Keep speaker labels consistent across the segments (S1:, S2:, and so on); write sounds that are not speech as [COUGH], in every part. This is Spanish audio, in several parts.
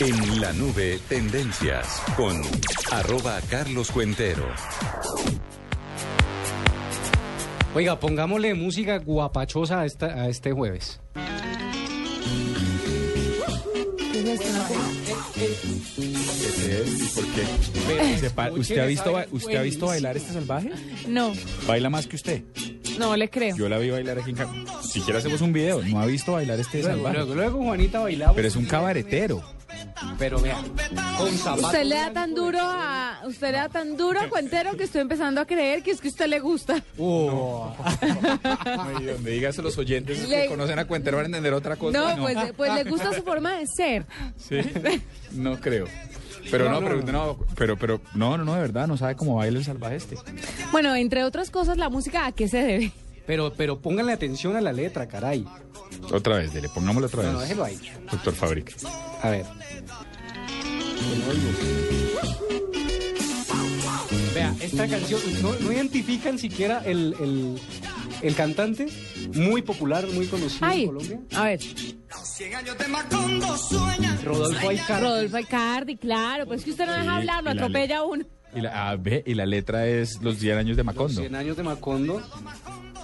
S1: En la nube, tendencias con arroba Carlos Cuentero.
S2: Oiga, pongámosle música guapachosa a, esta- a este jueves.
S3: Sepa- ¿Usted ha visto, ba- usted ha visto bailar este salvaje?
S4: No,
S3: Baila más que usted.
S4: no le creo.
S3: Yo la vi bailar aquí en Cam- Siquiera hacemos un video. No ha visto bailar este
S2: Luego,
S3: salvaje.
S2: luego, luego Juanita bailaba.
S3: Pero es un cabaretero.
S2: Pero vea, con zapatos.
S4: Usted le da tan duro a, usted le da tan duro a Cuentero que estoy empezando a creer que es que a usted le gusta.
S2: Oh.
S3: Ay, Donde digas a los oyentes
S4: Le-
S3: que conocen a Cuentero van a entender otra cosa.
S4: No, pues, pues le gusta su forma de ser.
S3: ¿Sí? No creo. Pero no, pero no, pero, pero no, no, no, de verdad, no sabe cómo baila el salvaje este.
S4: Bueno, entre otras cosas, la música a qué se debe.
S2: Pero, pero pónganle atención a la letra, caray.
S3: Otra vez, dele, pongámoslo otra
S2: No, no,
S3: vez.
S2: déjelo ahí.
S3: Doctor Fabric.
S2: A ver. Vea, esta canción, ¿no, no identifican siquiera el, el, el cantante? Muy popular, muy conocido en
S4: Ay,
S2: Colombia.
S4: a ver,
S2: Rodolfo Aicardi.
S4: Rodolfo Icardi, claro, pues es que usted no deja
S3: Sí,
S4: hablar, lo
S3: y la
S4: atropella uno.
S3: Y la, ah, ve, y la letra es Los 10 años de Macondo.
S2: 100 años de Macondo.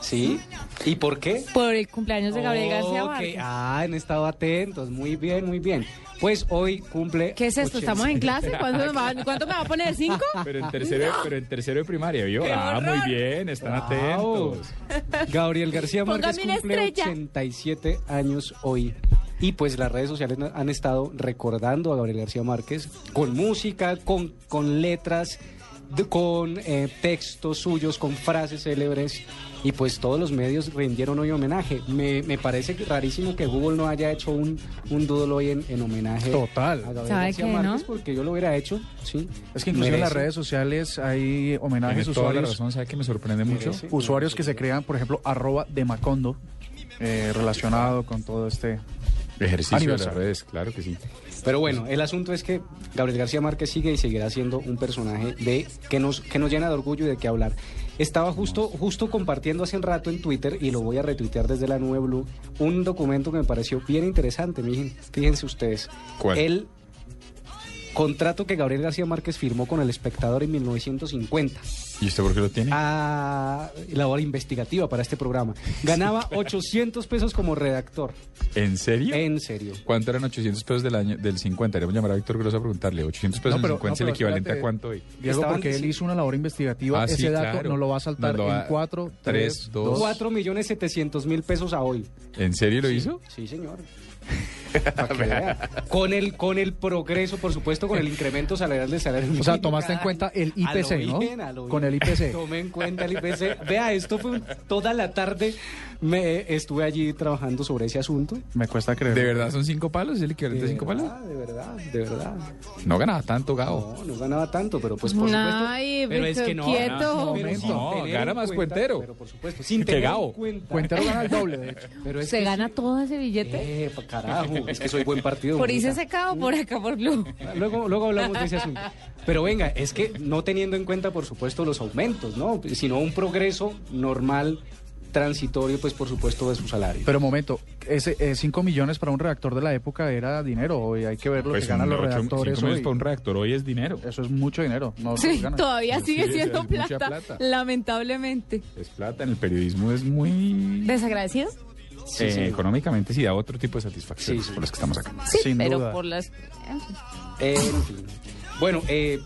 S2: ¿Sí? ¿Y por qué?
S4: Por el cumpleaños de Gabriel García
S2: Ok,
S4: Márquez.
S2: Ah, han estado atentos. Muy bien, muy bien. Pues hoy cumple.
S4: ¿Qué es esto? ¿Estamos en
S2: 80.
S4: clase? ¿Cuánto me va, cuánto me va a poner? ¿Cinco?
S2: Pues,
S3: Pero en tercero, pero en tercero de primaria, ¿vio?
S4: ¡Qué
S3: Ah,
S4: horror!
S3: muy bien, están
S2: Wow.
S3: atentos.
S2: Gabriel García Márquez
S4: Póngame una
S2: cumple
S4: estrella.
S2: 87 años hoy. Y pues las redes sociales na- han estado recordando a Gabriel García Márquez con música, con, con letras, de- con eh, textos suyos, con frases célebres. Y pues todos los medios rindieron hoy homenaje. Me, me parece que- rarísimo que Google no haya hecho un, un doodle hoy en, en homenaje
S5: Total.
S2: a Gabriel
S4: ¿Sabe
S2: García
S4: qué, no?
S2: Márquez porque yo lo hubiera hecho. ¿sí?
S5: Es que inclusive en las
S2: Merece.
S5: redes sociales hay
S3: Tienes
S5: homenajes
S3: toda la
S5: usuarios,
S3: razón, ¿sabe que me sorprende mucho?
S2: Merece.
S5: usuarios que se crean, por ejemplo, arroba de Macondo, eh, relacionado con todo este...
S3: Ejercicio de las
S5: Aniversario.
S3: redes, claro que sí.
S2: Pero bueno, el asunto es que Gabriel García Márquez sigue y seguirá siendo un personaje de que nos, que nos llena de orgullo y de qué hablar. Estaba justo, justo compartiendo hace un rato en Twitter, y lo voy a retuitear desde la Nube Blue, un documento que me pareció bien interesante, miren, fíjense ustedes.
S3: ¿Cuál?
S2: El contrato que Gabriel García Márquez firmó con El Espectador en 1950
S3: ¿Y usted por qué lo
S2: Ah,
S3: tiene?
S2: a labor investigativa para este programa.
S3: [LAUGHS]
S2: Ganaba 800 pesos como redactor,
S3: ¿En serio?
S2: en serio.
S3: ¿Cuánto eran 800 pesos del año del 50? Iremos a llamar a Víctor Grosso a preguntarle. 800 pesos
S5: No, pero-
S3: en 50
S5: no,
S3: es el
S5: pero
S3: equivalente a
S5: espérate.
S3: cuánto hoy.
S5: Diego,
S2: Estaban-
S5: porque él hizo una labor investigativa,
S3: Ah,
S5: ese
S3: sí,
S5: dato
S3: claro.
S5: no lo va a saltar
S3: Nos lo va-
S5: en 4,
S3: tres,
S5: 3,
S3: dos.
S5: 2...
S2: 4 millones 700 mil pesos a hoy.
S3: ¿En serio lo hizo?
S2: Sí, señor.
S3: [LAUGHS]
S2: Pa' que vea. con el con el progreso, por supuesto, con el incremento salarial del salario.
S5: O sea, tomaste en cuenta el IPC, ¿no? Con el IPC.
S2: Tomé en cuenta el IPC. Vea, esto fue un- toda la tarde me estuve allí trabajando sobre ese asunto.
S5: Me cuesta creer.
S3: ¿De verdad son 5 palos? ¿Es el equivalente a 5 palos?
S2: verdad, de verdad, de verdad.
S3: No ganaba tanto, Gao.
S2: No, no ganaba tanto, pero pues por supuesto.
S4: Ay,
S2: pero es
S4: Víctor,
S2: que no,
S4: quieto.
S2: pero
S5: momento.
S2: sin
S3: No,
S2: tener
S3: gana
S2: en
S3: más
S2: cuenta-
S3: Cuentero.
S2: Pero por supuesto, sin
S3: Que
S2: tener en
S3: Gao.
S2: cuenta.
S5: Cuentero gana el doble, de hecho.
S2: Pero es
S4: ¿Se
S2: que
S4: gana
S2: sí.
S4: todo ese billete?
S2: Eh, pa' carajo, es que soy buen partido.
S4: ¿Por irse
S2: bonita.
S4: secado por acá, por Blue?
S2: Luego, luego hablamos de ese asunto. Pero venga, es que no teniendo en cuenta, por supuesto, los aumentos, ¿no? Sino un progreso normal, transitorio, pues por supuesto, de su salario.
S5: Pero momento, ese 5 millones para un redactor de la época era dinero, hoy hay que ver
S3: Pues
S5: lo que ganan los redactores
S3: millones
S5: hoy.
S3: para un reactor hoy es dinero.
S5: Eso es mucho dinero. No se
S4: Sí,
S5: gana.
S4: todavía sigue
S3: sí,
S4: siendo
S3: es mucha
S4: plata,
S3: plata.
S4: lamentablemente.
S3: Es plata, en el periodismo es muy...
S4: ¿Desagradecido?
S2: Sí,
S3: Eh,
S2: sí.
S3: económicamente sí da otro tipo de satisfacción
S2: Sí, sí.
S3: por los que estamos acá.
S4: Sí,
S5: Sin
S4: pero
S5: duda.
S4: por las...
S2: En fin. Eh, Bueno, eh,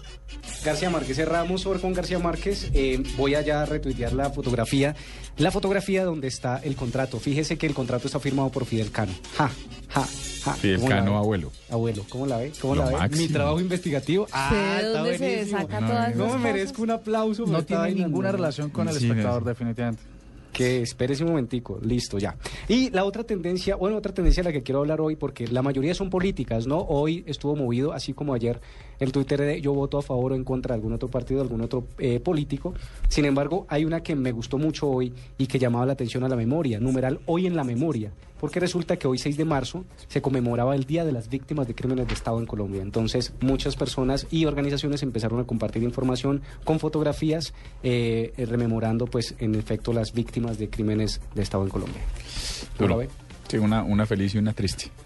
S2: García Márquez, cerramos sobre con García Márquez. Eh, voy allá a retuitear la fotografía. La fotografía donde está el contrato. Fíjese que el contrato está firmado por Fidel Cano. Ja, ja, ja.
S3: Fidel
S2: ¿Cómo la
S3: Cano,
S2: ve?
S3: abuelo.
S2: Abuelo, ¿cómo la ve? ¿Cómo
S3: Lo
S2: la ve? Mi
S3: máximo.
S2: trabajo investigativo. Ah,
S4: ¿De
S2: está
S4: dónde se
S2: buenísimo.
S4: saca
S3: No,
S4: todas esas
S2: No me
S4: cosas?
S2: merezco un aplauso. pero
S5: No
S2: está
S5: tiene
S2: bailando.
S5: ninguna relación con el
S3: Sí,
S5: espectador,
S3: no.
S5: definitivamente.
S2: Que espérese un momentico, listo, ya. Y la otra tendencia, bueno, otra tendencia de la que quiero hablar hoy, porque la mayoría son políticas, ¿no? Hoy estuvo movido, así como ayer, el Twitter de yo voto a favor o en contra de algún otro partido, de algún otro eh, político. Sin embargo, hay una que me gustó mucho hoy y que llamaba la atención a la memoria, numeral hoy en la memoria, porque resulta que hoy 6 de marzo se conmemoraba el Día de las Víctimas de Crímenes de Estado en Colombia. Entonces, muchas personas y organizaciones empezaron a compartir información con fotografías eh, eh, rememorando, pues, en efecto, las víctimas de crímenes de Estado en Colombia. ¿Cómo la
S3: Duro.
S2: ve?
S3: Sí, una, una feliz y una triste.